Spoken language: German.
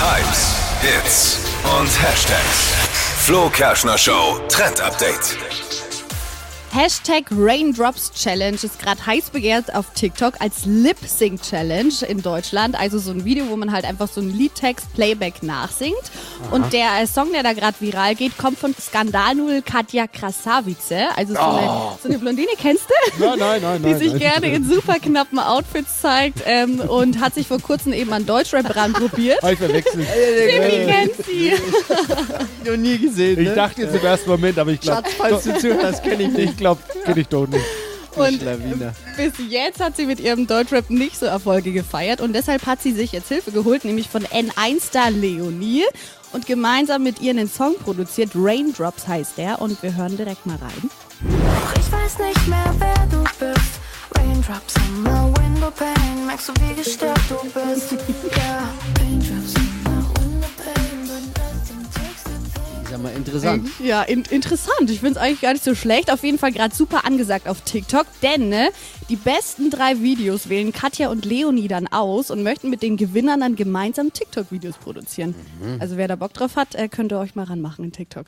Hypes, Hits und Hashtags. Flo Kerschner Show Trend Update. Hashtag Raindrops Challenge ist gerade heiß begehrt auf TikTok als Lip Sync Challenge in Deutschland. Also so ein Video, wo man halt einfach so einen Liedtext Playback nachsingt. Und der äh, Song, der da gerade viral geht, kommt von Skandalnudel Katja Krasavice. Also so, eine, so eine Blondine, kennst du? Oh. Nein, nein, nein, Die nein, sich nein. gerne in super knappen Outfits zeigt ähm, und hat sich vor kurzem eben an Deutschrap ranprobiert. Hab Ah, ich verwechselt. Timmy kennt sie. Noch nie gesehen. Ich dachte jetzt im ersten Moment, aber ich glaube, falls du zuhörst, kenne ich ich glaube, kenne ich doch nicht. Und Lawine. Bis jetzt hat sie mit ihrem Deutschrap nicht so Erfolge gefeiert und deshalb hat sie sich jetzt Hilfe geholt, nämlich von N1-Star Leonie und gemeinsam mit ihr einen Song produziert. Raindrops heißt der und wir hören direkt mal rein. Doch ich weiß nicht mehr, wer du bist. Raindrops on my window pane. Merkst du, wie gestört du bist? Yeah. Raindrops on my window pane. But nothing takes the pain. Sag mal, interessant. Ja, in interessant. Ich finde es eigentlich gar nicht so schlecht. Auf jeden Fall gerade super angesagt auf TikTok, denn ne, die besten drei Videos wählen Katja und Leonie dann aus und möchten mit den Gewinnern dann gemeinsam TikTok-Videos produzieren. Also wer da Bock drauf hat, äh, könnt ihr euch mal ranmachen in TikTok.